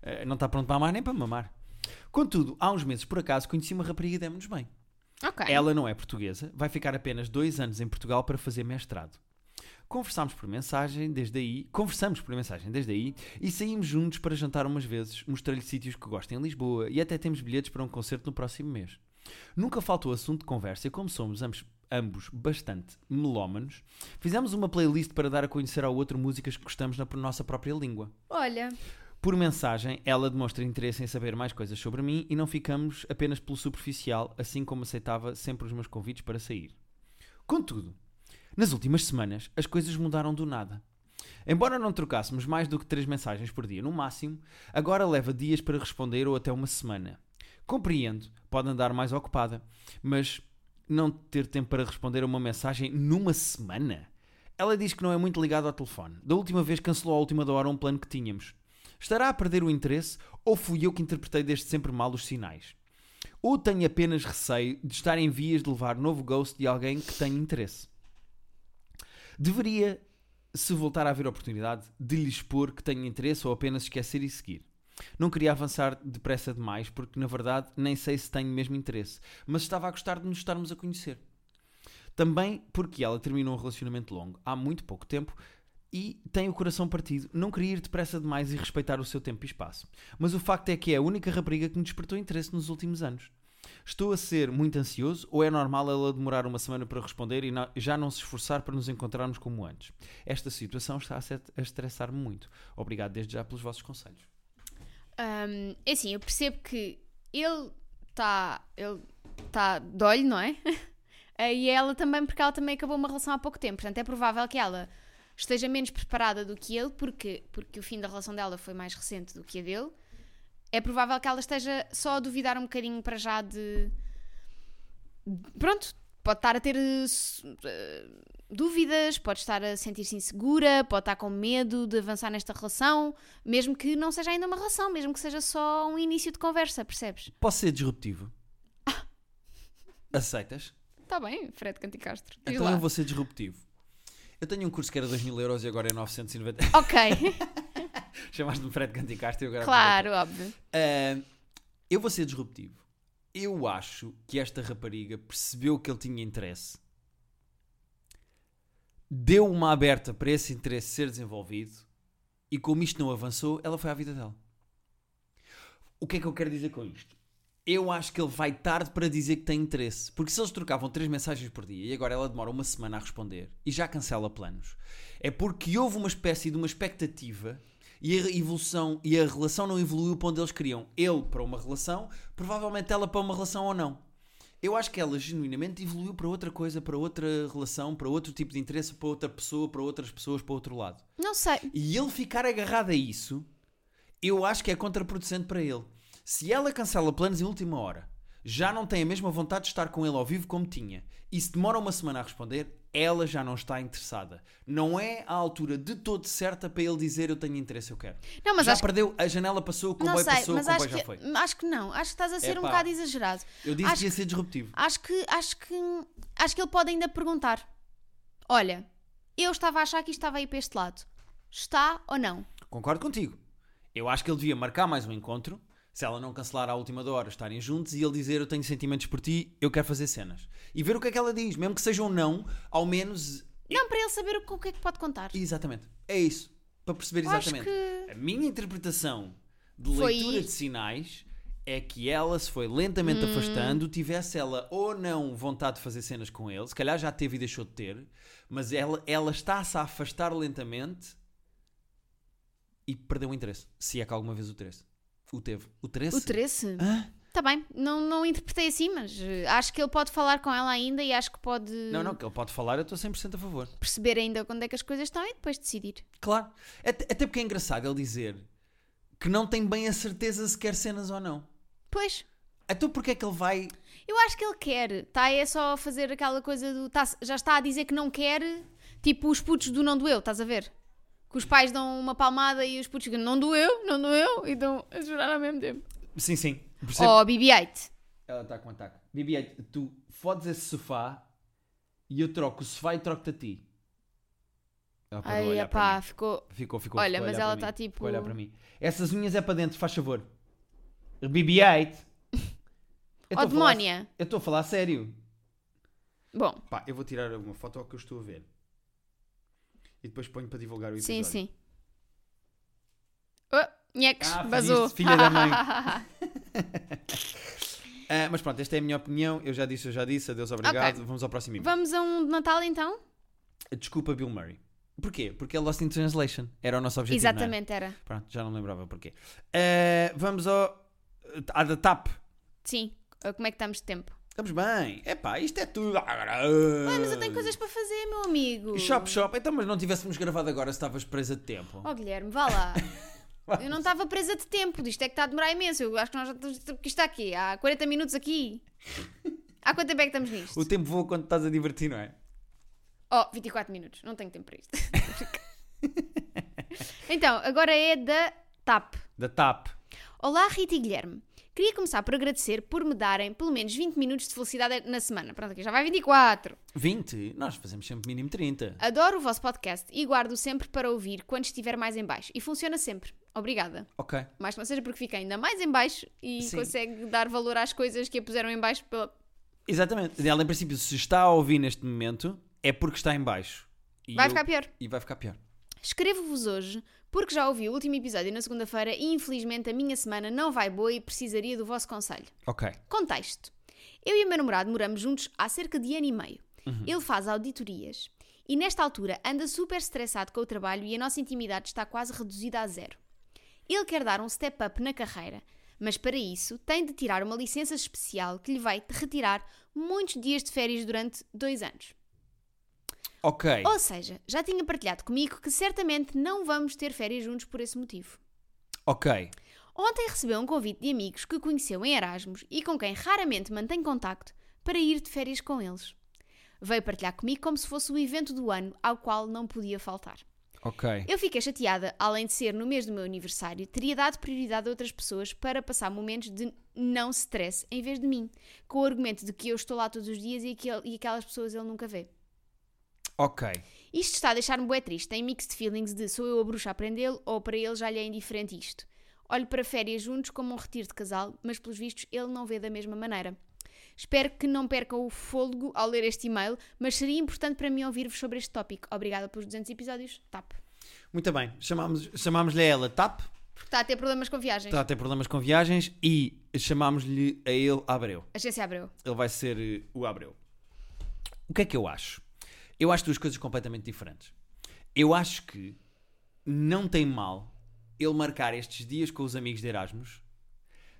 Speaker 1: Eh, Não está pronto para amar nem para mamar. Contudo, há uns meses, por acaso, conheci uma rapariga e demos-nos bem.
Speaker 2: Ok.
Speaker 1: Ela não é portuguesa, vai ficar apenas dois anos em Portugal para fazer mestrado. Conversámos por mensagem desde aí, conversamos por mensagem desde aí e saímos juntos para jantar umas vezes, mostrei-lhe sítios que gosto em Lisboa e até temos bilhetes para um concerto no próximo mês. Nunca faltou assunto de conversa e como somos ambos, ambos bastante melómanos, fizemos uma playlist para dar a conhecer ao outro músicas que gostamos na nossa própria língua.
Speaker 2: Olha.
Speaker 1: Por mensagem, ela demonstra interesse em saber mais coisas sobre mim e não ficamos apenas pelo superficial, assim como aceitava sempre os meus convites para sair. Contudo, nas últimas semanas, as coisas mudaram do nada. Embora não trocássemos mais do que três mensagens por dia no máximo, agora leva dias para responder ou até uma semana. Compreendo, pode andar mais ocupada, mas não ter tempo para responder a uma mensagem numa semana? Ela diz que não é muito ligada ao telefone. Da última vez cancelou à última da hora um plano que tínhamos. Estará a perder o interesse ou fui eu que interpretei desde sempre mal os sinais? Ou tenho apenas receio de estar em vias de levar novo ghost de alguém que tem interesse? Deveria, se voltar a haver oportunidade, de lhe expor que tenho interesse ou apenas esquecer e seguir. Não queria avançar depressa demais, porque na verdade nem sei se tenho mesmo interesse, mas estava a gostar de nos estarmos a conhecer. Também porque ela terminou um relacionamento longo há muito pouco tempo e tem o coração partido, não queria ir depressa demais e respeitar o seu tempo e espaço. Mas o facto é que é a única rapariga que me despertou interesse nos últimos anos. Estou a ser muito ansioso ou é normal ela demorar uma semana para responder e na- já não se esforçar para nos encontrarmos como antes? Esta situação está a, se- a estressar-me muito. Obrigado desde já pelos vossos conselhos.
Speaker 2: Hum, é assim, eu percebo que ele está. Ele está de olho, não é? Eh, e ela também, porque ela também acabou uma relação há pouco tempo. Portanto, é provável que ela esteja menos preparada do que ele, porque, porque o fim da relação dela foi mais recente do que a dele. É provável que ela esteja só a duvidar um bocadinho para já de. Pronto, pode estar a ter eh, s- eh, dúvidas, pode estar a sentir-se insegura, pode estar com medo de avançar nesta relação, mesmo que não seja ainda uma relação, mesmo que seja só um início de conversa, percebes?
Speaker 1: Posso ser disruptivo? Aceitas?
Speaker 2: Está Tá bem, Fred Canticastro. Diz
Speaker 1: Então
Speaker 2: lá.
Speaker 1: eu vou ser disruptivo. Eu tenho um curso que era 2 mil euros e agora é 990.
Speaker 2: Ok,
Speaker 1: Chamaste-me Fred Canticastro e agora...
Speaker 2: claro, óbvio.
Speaker 1: Ah, eu vou ser disruptivo. Eu acho que esta rapariga percebeu que ele tinha interesse, deu uma aberta para esse interesse ser desenvolvido e, como isto não avançou, ela foi à vida dela. O que é que eu quero dizer com isto? Eu acho que ele vai tarde para dizer que tem interesse. Porque se eles trocavam três mensagens por dia e agora ela demora uma semana a responder e já cancela planos, é porque houve uma espécie de uma expectativa e a evolução e a relação não evoluiu para onde eles queriam. Ele para uma relação, provavelmente ela para uma relação ou não. Eu acho que ela genuinamente evoluiu para outra coisa, para outra relação, para outro tipo de interesse, para outra pessoa, para outras pessoas, para outro lado.
Speaker 2: Não sei,
Speaker 1: E ele ficar agarrado a isso, eu acho que é contraproducente para ele. Se ela cancela planos em última hora, já não tem a mesma vontade de estar com ele ao vivo como tinha, e se demora uma semana a responder, ela já não está interessada. Não é a altura de todo certa para ele dizer eu tenho interesse, eu quero.
Speaker 2: não, mas
Speaker 1: já
Speaker 2: acho que.
Speaker 1: perdeu, a janela passou, o
Speaker 2: Não
Speaker 1: comboio
Speaker 2: sei,
Speaker 1: passou, o
Speaker 2: mas
Speaker 1: comboio
Speaker 2: acho
Speaker 1: já
Speaker 2: que,
Speaker 1: foi.
Speaker 2: acho que não. Acho que estás a ser um
Speaker 1: Epá.
Speaker 2: bocado exagerado.
Speaker 1: Eu disse
Speaker 2: acho
Speaker 1: que ia ser disruptivo.
Speaker 2: Acho que, acho que, acho que ele pode ainda perguntar: Olha, eu estava a achar que isto estava aí para este lado. Está ou não?
Speaker 1: Concordo contigo. Eu acho que ele devia marcar mais um encontro. Se ela não cancelar à última da hora, estarem juntos e ele dizer eu tenho sentimentos por ti, eu quero fazer cenas. E ver o que é que ela diz, mesmo que seja um não, ao menos.
Speaker 2: Não, para ele saber o que, o que é que pode contar.
Speaker 1: Exatamente. É isso. Para perceber
Speaker 2: Eu acho
Speaker 1: exatamente.
Speaker 2: que-
Speaker 1: A minha interpretação de
Speaker 2: Foi
Speaker 1: leitura de
Speaker 2: isto. Hum.
Speaker 1: sinais é que ela se foi lentamente afastando, tivesse ela ou não vontade de fazer cenas com ele, se calhar já teve e deixou de ter, mas ela, ela está-se a afastar lentamente e perdeu o interesse. Se é que alguma vez o interesse. O teve. O interesse?
Speaker 2: O Hum. trece?
Speaker 1: Hã?
Speaker 2: Está Tá bem, não, não interpretei assim, mas eh, acho que ele pode falar com ela ainda e acho que pode
Speaker 1: Não, não, que ele pode falar, eu estou 100% a favor.
Speaker 2: perceber ainda quando é que as coisas estão e depois decidir.
Speaker 1: Claro. Até, até porque é engraçado ele dizer que não tem bem a certeza se quer cenas ou não.
Speaker 2: Pois,
Speaker 1: Então porque é que ele vai
Speaker 2: eu acho que ele quer, tá? É só fazer aquela coisa do. tá- já está a dizer que não quer, tipo os putos do não doeu, estás a ver? Que os pais dão uma palmada e os putos ficam não doeu, não doeu e dão a jurar ao mesmo tempo. Oh,
Speaker 1: Sim, sim. Percebo.
Speaker 2: Ó, BB-8.
Speaker 1: Ela está com ataque. BB-8, tu fodes esse sofá e eu troco o sofá e troco-te a ti. Ela parou a
Speaker 2: Ai,
Speaker 1: Tá olhar para
Speaker 2: pá,
Speaker 1: mim.
Speaker 2: ficou.
Speaker 1: Ficou, ficou.
Speaker 2: Olha,
Speaker 1: ficou a
Speaker 2: mas
Speaker 1: olhar
Speaker 2: ela
Speaker 1: para
Speaker 2: tá
Speaker 1: mim,
Speaker 2: tipo-
Speaker 1: ficou a olhar para mim. Essas unhas é para dentro, faz favor. BB-8. Eu
Speaker 2: Ó,
Speaker 1: tô a falar-
Speaker 2: demónia.
Speaker 1: Eu estou a falar sério.
Speaker 2: Bom,
Speaker 1: Pá, eu vou tirar uma foto ao que eu estou a ver. E depois ponho para divulgar o
Speaker 2: sim, sim. Oh, nheques,
Speaker 1: Ah,
Speaker 2: vazou.
Speaker 1: fodiste, filha da mãe. Ah, mas pronto, esta é a minha opinião. Eu já disse, eu já disse. Adeus, obrigado. Vamos ao próximo e-mail.
Speaker 2: Vamos a um de Natal então?
Speaker 1: Desculpa, Bill Murray. Porquê? Porque é Lost in Translation. Era o nosso objetivo. não é? era?
Speaker 2: Exatamente, era.
Speaker 1: Pronto, já não lembrava porquê. Eh, vamos ao. À da TAP.
Speaker 2: Sim. Uh, eh, Como é que estamos de tempo?
Speaker 1: Estamos bem. Epá, isto é tudo.
Speaker 2: Ué, Ah, mas eu tenho coisas para fazer, meu amigo.
Speaker 1: Shop, shop. Então, mas não tivéssemos gravado agora se estavas presa de tempo.
Speaker 2: Oh, Guilherme, vá lá. eu não estava presa de tempo. Isto é que está a demorar imenso. Eu acho que nós já estamos... Porque isto está aqui. Há 40 minutos aqui. Há quanto tempo é que estamos nisto?
Speaker 1: O tempo voa quando estás a divertir, não é?
Speaker 2: Oh, 24 minutos. Não tenho tempo para isto. então, agora é da TAP.
Speaker 1: Da TAP.
Speaker 2: Olá, Rita e Guilherme. Queria começar por agradecer por me darem pelo menos 20 minutos de felicidade na semana. Pronto, aqui já vai 24.
Speaker 1: 20. Nós fazemos sempre mínimo 30.
Speaker 2: Adoro o vosso podcast e guardo sempre para ouvir quando estiver mais em baixo. E funciona sempre. Obrigada.
Speaker 1: Ok.
Speaker 2: Mais que não seja porque fica ainda mais em baixo e
Speaker 1: Sim.
Speaker 2: consegue dar valor às coisas que a puseram em baixo pela...
Speaker 1: Exatamente. Ela, em princípio, se está a ouvir neste momento, é porque está em baixo. E
Speaker 2: Vai
Speaker 1: eu-
Speaker 2: ficar pior.
Speaker 1: E vai ficar pior.
Speaker 2: Escrevo-vos hoje porque já ouvi o último episódio na segunda-feira e infelizmente a minha semana não vai boa e precisaria do vosso conselho.
Speaker 1: Ok.
Speaker 2: Contexto. Eu e o meu namorado moramos juntos há cerca de ano e meio. Ele faz auditorias e, nesta altura, anda super estressado com o trabalho e a nossa intimidade está quase reduzida a zero. Ele quer dar um step up na carreira, mas para isso tem de tirar uma licença especial que lhe vai retirar muitos dias de férias durante dois anos.
Speaker 1: Ok.
Speaker 2: Ou seja, já tinha partilhado comigo que certamente não vamos ter férias juntos por esse motivo.
Speaker 1: Ok.
Speaker 2: Ontem recebeu um convite de amigos que conheceu em Erasmus e com quem raramente mantém contacto para ir de férias com eles. Veio partilhar comigo como se fosse o evento do ano ao qual não podia faltar.
Speaker 1: Ok.
Speaker 2: Eu fiquei chateada, além de ser no mês do meu aniversário, teria dado prioridade a outras pessoas para passar momentos de não stress em vez de mim, com o argumento de que eu estou lá todos os dias e, que ele- e aquelas pessoas ele nunca vê.
Speaker 1: Ok.
Speaker 2: Isto está a deixar-me bué triste. Tem mixed feelings de sou eu a bruxa a prendê-lo ou para ele já lhe é indiferente isto. Olho para férias juntos como um retiro de casal, mas pelos vistos ele não vê da mesma maneira. Espero que não percam o fôlego ao ler este e-mail, mas seria importante para mim ouvir-vos sobre este tópico. Obrigada pelos 200 episódios. TAP.
Speaker 1: Muito bem. Chamámos- Chamámos-lhe a ela TAP.
Speaker 2: Porque está a ter problemas com viagens.
Speaker 1: Está a ter problemas com viagens e chamámos-lhe a ele Abreu.
Speaker 2: Agência Abreu.
Speaker 1: Ele vai ser eh, o Abreu. O que é que eu acho? Eu acho duas coisas completamente diferentes. Eu acho que não tem mal ele marcar estes dias com os amigos de Erasmus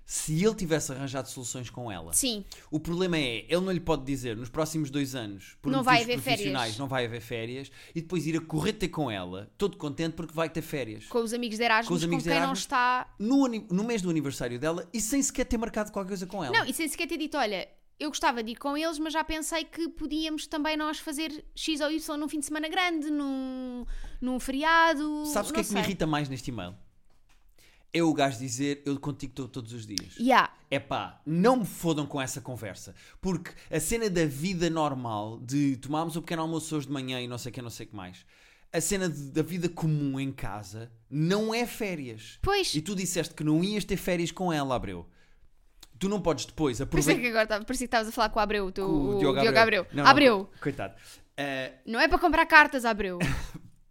Speaker 1: se ele tivesse arranjado soluções com ela.
Speaker 2: Sim,
Speaker 1: O problema é, ele não lhe pode dizer nos próximos dois anos, por
Speaker 2: Não
Speaker 1: motivos
Speaker 2: vai haver
Speaker 1: profissionais,
Speaker 2: férias.
Speaker 1: não vai haver férias, e depois ir a correr ter com ela, todo contente porque vai ter férias.
Speaker 2: com os amigos de Erasmus,
Speaker 1: Com
Speaker 2: com,
Speaker 1: os amigos de
Speaker 2: quem não
Speaker 1: Erasmus.
Speaker 2: está.
Speaker 1: No, ani- no mês do aniversário dela e sem sequer ter marcado qualquer coisa com ela.
Speaker 2: Não, e sem sequer ter dito: olha, eu gostava de ir com eles, mas já pensei que podíamos também nós fazer X ou Y num fim de semana grande, num, num feriado.
Speaker 1: Sabes o que
Speaker 2: não
Speaker 1: é que me
Speaker 2: sei.
Speaker 1: irrita mais neste e-mail? É o gajo dizer eu contigo estou todos os dias.
Speaker 2: Yeah.
Speaker 1: É pá, não me fodam com essa conversa. Porque a cena da vida normal, de tomarmos o pequeno almoço hoje de manhã e não sei o que, não sei o que mais, a cena de- da vida comum em casa não é férias.
Speaker 2: Pois,
Speaker 1: E tu disseste que não ias ter férias com ela, Abreu. Tu não podes depois
Speaker 2: pensei
Speaker 1: aproveitar.
Speaker 2: é que agora tá, estava- parecia que estavas a falar com o Abreu, o teu-
Speaker 1: com
Speaker 2: o, Diogo, Abreu.
Speaker 1: Não, não,
Speaker 2: Abreu,
Speaker 1: co- coitado. Eh,
Speaker 2: não, é para comprar cartas, Abreu.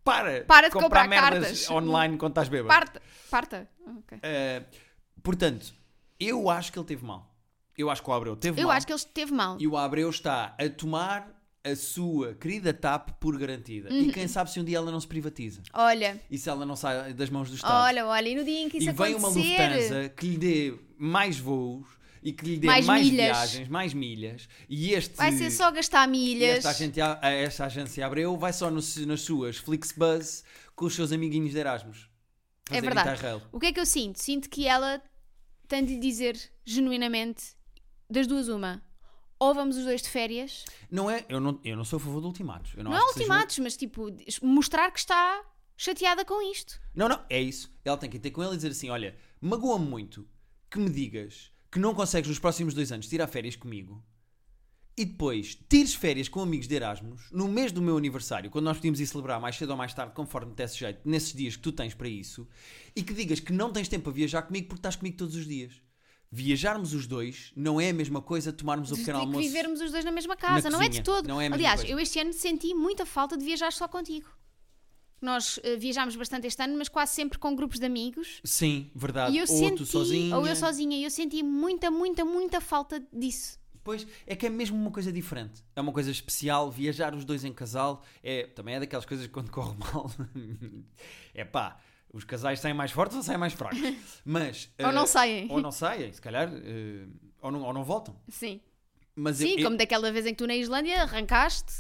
Speaker 1: para,
Speaker 2: Para de comprar
Speaker 1: merdas
Speaker 2: cartas.
Speaker 1: online quando estás bêbado.
Speaker 2: Parta. Parta. Ok.
Speaker 1: Uh, portanto, eu acho que ele teve mal. Eu acho que o Abreu teve
Speaker 2: Eu
Speaker 1: mal.
Speaker 2: acho que ele esteve mal.
Speaker 1: E o Abreu está a tomar a sua querida TAP por garantida.
Speaker 2: Uhum.
Speaker 1: E quem sabe se um dia ela não se privatiza.
Speaker 2: Olha,
Speaker 1: E se ela não sai das mãos do Estado.
Speaker 2: olha, olha, e no dia em que
Speaker 1: e
Speaker 2: isso
Speaker 1: vem uma
Speaker 2: acontecer.
Speaker 1: Lufthansa que lhe dê mais voos e que lhe dê mais,
Speaker 2: Mais milhas.
Speaker 1: viagens, mais milhas. E este.
Speaker 2: Vai ser só gastar
Speaker 1: e
Speaker 2: milhas.
Speaker 1: esta agência, esta agência Abreu vai só no- nas suas Flixbus com os seus amiguinhos de Erasmus.
Speaker 2: É
Speaker 1: Fazer
Speaker 2: verdade.
Speaker 1: Interrail.
Speaker 2: O que é que eu sinto? Sinto que ela tem de lhe dizer genuinamente das duas uma. Ou vamos os dois de férias.
Speaker 1: Não é, eu não, eu não sou a favor de ultimatos. Eu não
Speaker 2: Não,
Speaker 1: acho
Speaker 2: é
Speaker 1: que seja um-
Speaker 2: ultimatos, mas tipo, mostrar que está chateada com isto.
Speaker 1: Não, não, é isso. Ela tem que ter com ele e dizer assim: olha, magoa-me muito que me digas que não consegues nos próximos dois anos tirar férias comigo e depois tires férias com amigos de Erasmus no mês do meu aniversário, quando nós podíamos ir celebrar mais cedo ou mais tarde, conforme te desse jeito, nesses dias que tu tens para isso, e que digas que não tens tempo para viajar comigo porque estás comigo todos os dias. Viajarmos os dois não é a mesma coisa de tomarmos o
Speaker 2: De
Speaker 1: pequeno
Speaker 2: ter que
Speaker 1: almoço.
Speaker 2: vivermos os dois na mesma casa. não é de
Speaker 1: cozinha.
Speaker 2: todo.
Speaker 1: Não é a mesma
Speaker 2: Aliás,
Speaker 1: coisa.
Speaker 2: eu este ano senti muita falta de viajar só contigo. Nós eh, viajámos bastante este ano, mas quase sempre com grupos de amigos.
Speaker 1: Sim, verdade.
Speaker 2: E eu
Speaker 1: ou
Speaker 2: senti,
Speaker 1: tu sozinho.
Speaker 2: ou eu sozinha, e eu senti muita, muita, muita falta disso.
Speaker 1: Pois, é que é mesmo uma coisa diferente. É uma coisa especial. Viajar os dois em casal é, também é daquelas coisas que quando corre mal. é pá, os casais saem mais fortes ou saem mais fracos. Mas.
Speaker 2: ou
Speaker 1: eh,
Speaker 2: não saem.
Speaker 1: Ou não saem, se calhar. eh, ou, não, ou não voltam.
Speaker 2: Sim.
Speaker 1: Mas eu-
Speaker 2: Sim,
Speaker 1: eu,
Speaker 2: como daquela vez em que tu na Islândia arrancaste,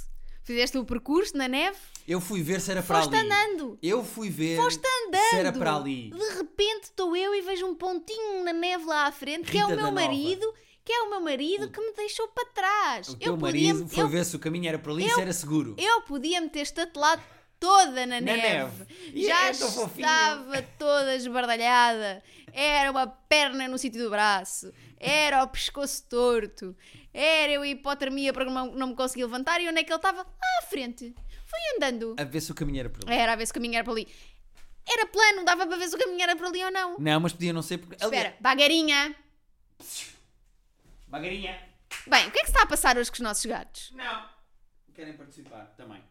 Speaker 2: fizeste o percurso na neve,
Speaker 1: eu fui ver se era para
Speaker 2: foste
Speaker 1: ali.
Speaker 2: andando.
Speaker 1: Eu fui ver
Speaker 2: Foste andando.
Speaker 1: se era para ali.
Speaker 2: De repente estou eu e vejo um pontinho na neve lá à frente, que é
Speaker 1: Rita
Speaker 2: o
Speaker 1: da
Speaker 2: meu
Speaker 1: Nova.
Speaker 2: marido, que é o meu marido que me deixou para trás.
Speaker 1: O teu
Speaker 2: eu podia,
Speaker 1: marido foi
Speaker 2: eu,
Speaker 1: ver se o caminho era para ali e se era seguro.
Speaker 2: eu podia me ter estatelado toda na, neve.
Speaker 1: neve. E
Speaker 2: Já
Speaker 1: é tão fofinho.
Speaker 2: estava toda esbardalhada. Era uma perna no sítio do braço. Era o pescoço torto. Era eu hipotermia porque não, não me conseguia levantar. E onde é que ele estava? Lá à frente. Fui andando.
Speaker 1: A ver se o caminho era para ali.
Speaker 2: Era a ver se o caminho era para ali. Era plano, dava para ver se o caminho era para ali ou não.
Speaker 1: Não, mas podia não ser porque. Ali-
Speaker 2: Espera, bagarinha.
Speaker 1: Magarinha.
Speaker 2: Bem, o que é que se está a passar hoje com os nossos gatos?
Speaker 1: Não. Querem participar também.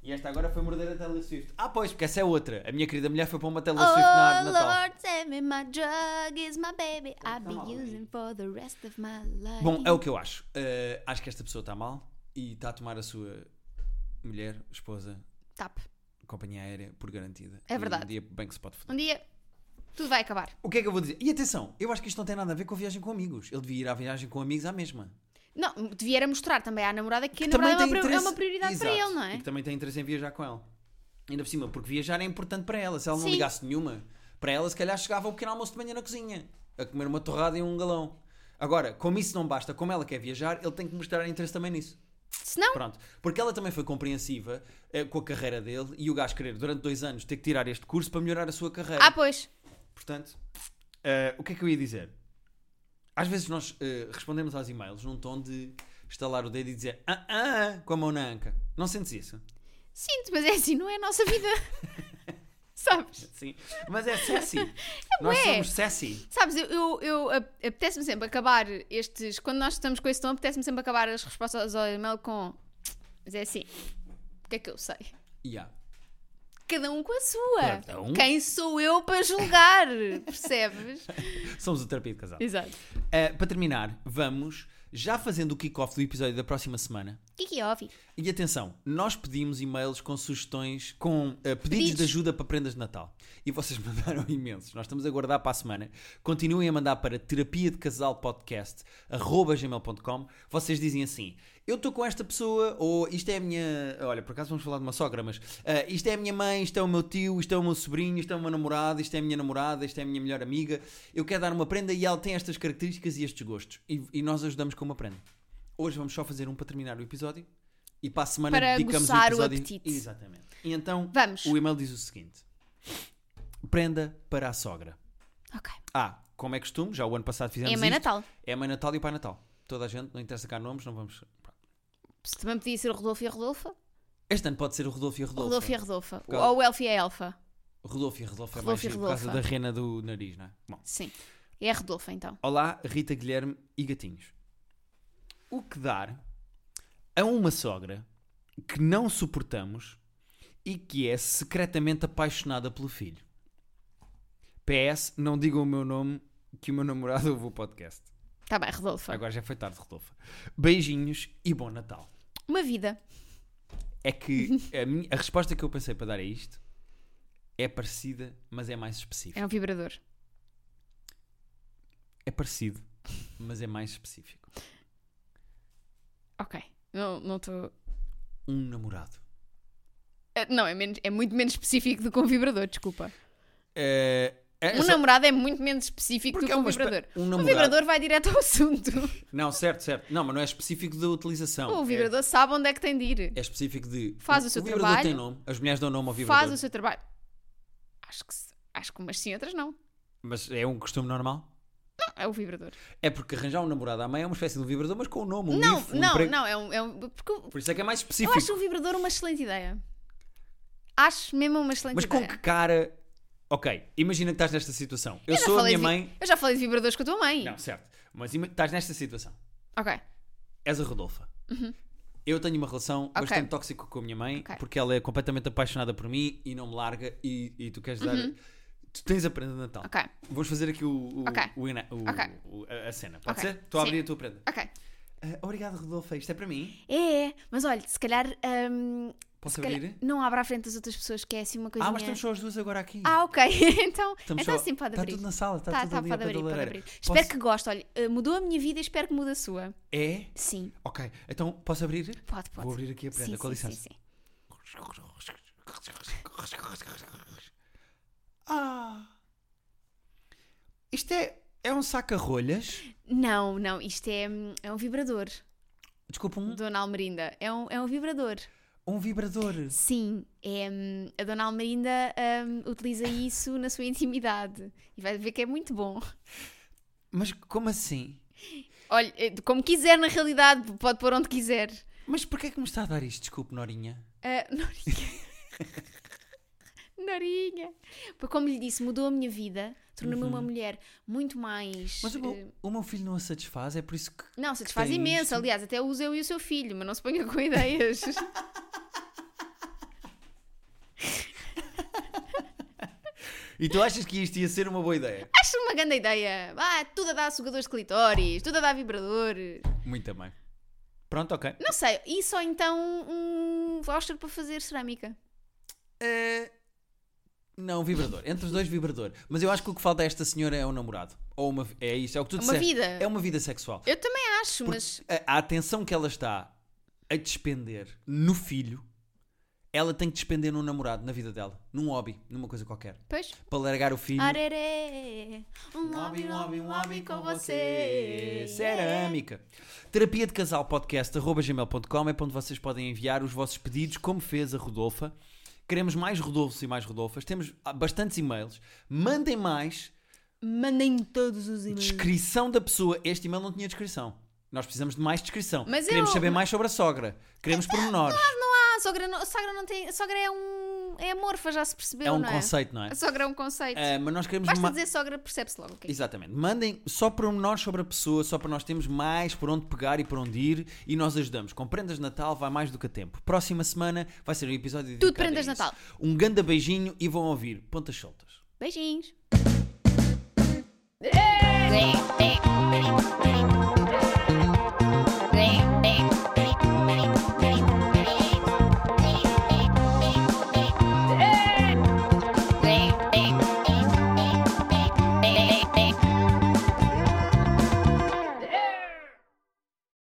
Speaker 1: E esta agora foi morder a Taylor Swift. Ah, pois, porque essa é outra. A minha querida mulher foi para uma Taylor Swift na
Speaker 2: oh
Speaker 1: árvore de Natal.
Speaker 2: Lord, send me my drug is my baby I'll be
Speaker 1: mal, hein?
Speaker 2: using for the rest of my life.
Speaker 1: Bom, é o que eu acho. Eh, acho que esta pessoa está mal e está a tomar a sua mulher, esposa,
Speaker 2: Tap.
Speaker 1: companhia aérea por garantida.
Speaker 2: É
Speaker 1: E
Speaker 2: verdade.
Speaker 1: Um dia bem que se pode foder.
Speaker 2: Um dia tudo vai acabar.
Speaker 1: O que é que eu vou dizer? E atenção, eu acho que isto não tem nada a ver com a viagem com amigos. Ele devia ir à viagem com amigos à mesma.
Speaker 2: Não, devia era mostrar também à namorada que a
Speaker 1: Que
Speaker 2: namorada é uma, prior- é uma prioridade para
Speaker 1: Exato.
Speaker 2: ele, não
Speaker 1: E
Speaker 2: é?
Speaker 1: que tá- também tem interesse em viajar com ela. Ainda por cima, porque viajar é importante para ela. Se ela não
Speaker 2: Sim.
Speaker 1: ligasse nenhuma, para ela se calhar chegava ao pequeno almoço de manhã na cozinha, a comer uma torrada e um galão. Agora, como isso não basta, como ela quer viajar, ele tem que mostrar interesse também nisso.
Speaker 2: Se não,
Speaker 1: Pronto. Porque ela também foi compreensiva eh, com a carreira dele e o gajo querer, durante dois anos, ter que tirar este curso para melhorar a sua carreira.
Speaker 2: ah, pois.
Speaker 1: Portanto, eh, o que é que eu ia dizer? Às vezes nós eh, respondemos aos e-mails num tom de estalar o dedo e dizer ah, ah, ah", com a mão na anca. Não sentes isso?
Speaker 2: Sinto, mas é assim, não é a nossa vida. Sabes?
Speaker 1: Sim. Mas é sassy. nós
Speaker 2: bué.
Speaker 1: somos sassy.
Speaker 2: Sabes, eu, eu, eu ap- apetece-me sempre acabar estes. Quando nós estamos com esse tom, apetece-me sempre acabar as respostas ao e-mail com. Mas é assim. O que é que eu sei?
Speaker 1: Yeah.
Speaker 2: Cada um com a sua.
Speaker 1: Cada um.
Speaker 2: Quem sou eu para julgar? Percebes?
Speaker 1: Somos o terapia de casal.
Speaker 2: Exato.
Speaker 1: Eh, para terminar, vamos já fazendo o kick-off do episódio da próxima semana.
Speaker 2: O que é que houve?
Speaker 1: E atenção, nós pedimos e-mails com sugestões, com eh, pedidos,
Speaker 2: Pedidos.
Speaker 1: de ajuda para prendas de Natal. E vocês mandaram imensos. Nós estamos a guardar para a semana. Continuem a mandar para terapia de casal podcast gmail.com. Vocês dizem assim: Eu estou com esta pessoa, ou isto é a minha. Olha, por acaso vamos falar de uma sogra, mas eh, isto é a minha mãe, isto é o meu tio, isto é o meu sobrinho, isto é o meu namorado, isto é a minha namorada, isto é a minha melhor amiga. Eu quero dar uma prenda e ela tem estas características e estes gostos. E, e nós ajudamos com uma prenda. Hoje vamos só fazer um para terminar o episódio. E para a semana
Speaker 2: Para
Speaker 1: dedicamos
Speaker 2: aguçar o
Speaker 1: episódio...
Speaker 2: apetite.
Speaker 1: Exatamente. E então
Speaker 2: Vamos.
Speaker 1: o e-mail diz o seguinte: prenda para a sogra.
Speaker 2: Ok.
Speaker 1: Ah, como é costume, já o ano passado fizemos
Speaker 2: É mãe
Speaker 1: isto.
Speaker 2: Natal.
Speaker 1: É mãe Natal e o Pai Natal. Toda a gente, não interessa cá nomes, não vamos. pronto.
Speaker 2: Se também podia ser o Rodolfo e a Rodolfa.
Speaker 1: Este ano pode ser o Rodolfo e a
Speaker 2: O
Speaker 1: Rodolfa.
Speaker 2: Rodolfo e a Rodolfa.
Speaker 1: Claro.
Speaker 2: Ou o Elfo e a Elfa.
Speaker 1: Rodolfo e a Rodolfa é mais
Speaker 2: Rodolfo e
Speaker 1: giro, por causa da
Speaker 2: Rodolfa.
Speaker 1: rena do nariz, não é? Bom.
Speaker 2: Sim. É a Rodolfa, então.
Speaker 1: Olá, Rita Guilherme e gatinhos. O que dar a uma sogra que não suportamos e que é secretamente apaixonada pelo filho? PS, não digam o meu nome que o meu namorado ouve o podcast.
Speaker 2: Tá bem, Rodolfa.
Speaker 1: Agora já foi tarde, Rodolfo. Beijinhos e bom Natal.
Speaker 2: Uma vida.
Speaker 1: É que a, minha- a resposta que eu pensei para dar a isto é parecida, mas é mais específica.
Speaker 2: É um vibrador.
Speaker 1: É parecido, mas é mais específico.
Speaker 2: Ok. Não não estou.
Speaker 1: Um namorado.
Speaker 2: Eh, Não, é, menos, é muito menos específico do que um vibrador, desculpa.
Speaker 1: É, é
Speaker 2: um
Speaker 1: só-
Speaker 2: namorado é muito menos específico
Speaker 1: Porque
Speaker 2: do
Speaker 1: é
Speaker 2: que um
Speaker 1: uma espe-
Speaker 2: vibrador.
Speaker 1: um
Speaker 2: um
Speaker 1: namorado-
Speaker 2: vibrador vai direto ao assunto.
Speaker 1: Não, certo, certo. Não, mas não é específico da utilização.
Speaker 2: o
Speaker 1: É-
Speaker 2: vibrador sabe onde é que tem de ir.
Speaker 1: É, específico de.
Speaker 2: Faz o seu
Speaker 1: vibrador
Speaker 2: trabalho.
Speaker 1: tem nome. As mulheres dão nome ao vibrador.
Speaker 2: Faz o seu trabalho. Acho que, se- acho que umas sim, outras não.
Speaker 1: Mas é um costume normal.
Speaker 2: Não, É o vibrador.
Speaker 1: É porque arranjar um namorado à mãe é uma espécie de um vibrador, mas com o nome. Um
Speaker 2: não,
Speaker 1: NIF, um
Speaker 2: não,
Speaker 1: prego.
Speaker 2: não. É um, é um- porque eu-
Speaker 1: Por isso é que é mais
Speaker 2: eu
Speaker 1: específico.
Speaker 2: acho um vibrador uma excelente ideia. Acho mesmo uma excelente
Speaker 1: Mas com
Speaker 2: ideia.
Speaker 1: que cara. Ok, imagina que estás nesta situação. Eu,
Speaker 2: já
Speaker 1: sou a
Speaker 2: falei
Speaker 1: minha
Speaker 2: de vi-
Speaker 1: mãe.
Speaker 2: Eu já falei de vibradores com a tua mãe.
Speaker 1: Não, certo. Mas ima- estás nesta situação.
Speaker 2: Ok.
Speaker 1: És a Rodolfa. Eu tenho uma relação bastante tóxica com a minha mãe
Speaker 2: Uhum. Ok.
Speaker 1: porque ela é completamente apaixonada por mim e não me larga e, e tu queres
Speaker 2: Uhum.
Speaker 1: dar. Tu tens a prenda de Natal.
Speaker 2: Ok.
Speaker 1: Vamos fazer aqui o, o,
Speaker 2: Ok.
Speaker 1: o ena- o-
Speaker 2: Ok.
Speaker 1: o- a a cena. Pode
Speaker 2: Ok.
Speaker 1: ser? Estou a
Speaker 2: Sim.
Speaker 1: abrir a tua prenda.
Speaker 2: Ok.
Speaker 1: Ah, obrigado, Rodolfo. Isto é para mim?
Speaker 2: É, é. Mas olha, se calhar. hum,
Speaker 1: Posso
Speaker 2: se calhar
Speaker 1: abrir?
Speaker 2: não abra à frente das outras pessoas, que é assim uma coisinha.
Speaker 1: Ah, mas estamos só as duas agora aqui.
Speaker 2: Ah, ok. então
Speaker 1: Estamos
Speaker 2: então
Speaker 1: só-
Speaker 2: sim, pode
Speaker 1: Está
Speaker 2: abrir.
Speaker 1: tudo na sala, está
Speaker 2: Tá,
Speaker 1: tudo
Speaker 2: tá,
Speaker 1: ali
Speaker 2: pode
Speaker 1: a
Speaker 2: abrir, pode
Speaker 1: pedaleira.
Speaker 2: abrir.
Speaker 1: Posso-
Speaker 2: Espero que goste. Olha, eh, mudou a minha vida e espero que mude a sua.
Speaker 1: É?
Speaker 2: Sim,
Speaker 1: Ok. Então, posso abrir?
Speaker 2: pode, pode.
Speaker 1: Vou abrir aqui a prenda,
Speaker 2: sim,
Speaker 1: com
Speaker 2: sim, sim,
Speaker 1: licença.
Speaker 2: sim.
Speaker 1: Ah! Isto é, é um saca-rolhas?
Speaker 2: Não, não, isto é, hum, é um vibrador,
Speaker 1: Desculpa, um,
Speaker 2: Dona Almerinda. É um, é um vibrador.
Speaker 1: um vibrador.
Speaker 2: Sim, é, hum, a Dona Almerinda hum, utiliza isso na sua intimidade e vai ver que é muito bom.
Speaker 1: Mas como assim?
Speaker 2: Olha, eh, como quiser, na realidade, pode pôr onde quiser.
Speaker 1: Mas porquê é que me está a dar isto? Desculpe, Norinha.
Speaker 2: Ah, Norinha. Norinha. Porque, como lhe disse, mudou a minha vida, tornou-me uma mulher muito mais.
Speaker 1: Uhum. Mas o
Speaker 2: eh,
Speaker 1: meu, o meu filho não a satisfaz, é por isso que.
Speaker 2: Não, satisfaz
Speaker 1: tem
Speaker 2: imenso.
Speaker 1: isto.
Speaker 2: Aliás, até uso eu e o seu filho, mas não se ponha com ideias.
Speaker 1: E tu achas que isto ia ser uma boa ideia?
Speaker 2: Acho uma grande ideia. Ah, tudo a dar sugadores de clitóris, tudo a dar vibrador.
Speaker 1: Muito bem. Pronto, ok.
Speaker 2: Não sei, e só então um voucher para fazer cerâmica.
Speaker 1: Eh, Não, vibrador. Entre os dois, vibrador. Mas eu acho que o que falta a esta senhora é um namorado. Ou uma. É isso, é o que tu
Speaker 2: Uma
Speaker 1: disseste.
Speaker 2: vida.
Speaker 1: É uma vida sexual.
Speaker 2: Eu também acho, mas.
Speaker 1: A, a atenção que ela está a despender no filho, ela tem que despender num namorado, na vida dela. Num hobby, numa coisa qualquer.
Speaker 2: Pois.
Speaker 1: Para largar o filho.
Speaker 2: Ah, Areré, um hobby, um hobby, um hobby com você.
Speaker 1: Cerâmica. Terapia de Casal Podcast, arroba gmail.com, é para onde vocês podem enviar os vossos pedidos, como fez a Rodolfa. Queremos mais Rodolfos e mais Rodolfas. Temos ah, bastantes e-mails. Mandem mais.
Speaker 2: Mandem todos os e-mails.
Speaker 1: Descrição da pessoa. Este e-mail não tinha descrição. Nós precisamos de mais descrição.
Speaker 2: Mas
Speaker 1: Queremos
Speaker 2: eu- Então,
Speaker 1: saber mais sobre a sogra. Queremos pormenores.
Speaker 2: Ah, sogra não, sogra não tem. Sogra é um. É amorfa, já se percebeu,
Speaker 1: É um
Speaker 2: não
Speaker 1: conceito, não é?
Speaker 2: A sogra é um conceito.
Speaker 1: Ah, mas nós queremos
Speaker 2: Basta
Speaker 1: ma-
Speaker 2: dizer sogra, percebe-se logo. ok?
Speaker 1: Exatamente. Mandem só pormenores sobre a pessoa, só para nós termos mais por onde pegar e por onde ir e nós ajudamos. Com prendas de Natal vai mais do que a tempo. Próxima semana vai ser um episódio de
Speaker 2: Tudo prendas de Natal.
Speaker 1: Um ganda beijinho e vão ouvir Pontas Soltas.
Speaker 2: Beijinhos.
Speaker 3: Blah, blah, blah, blah.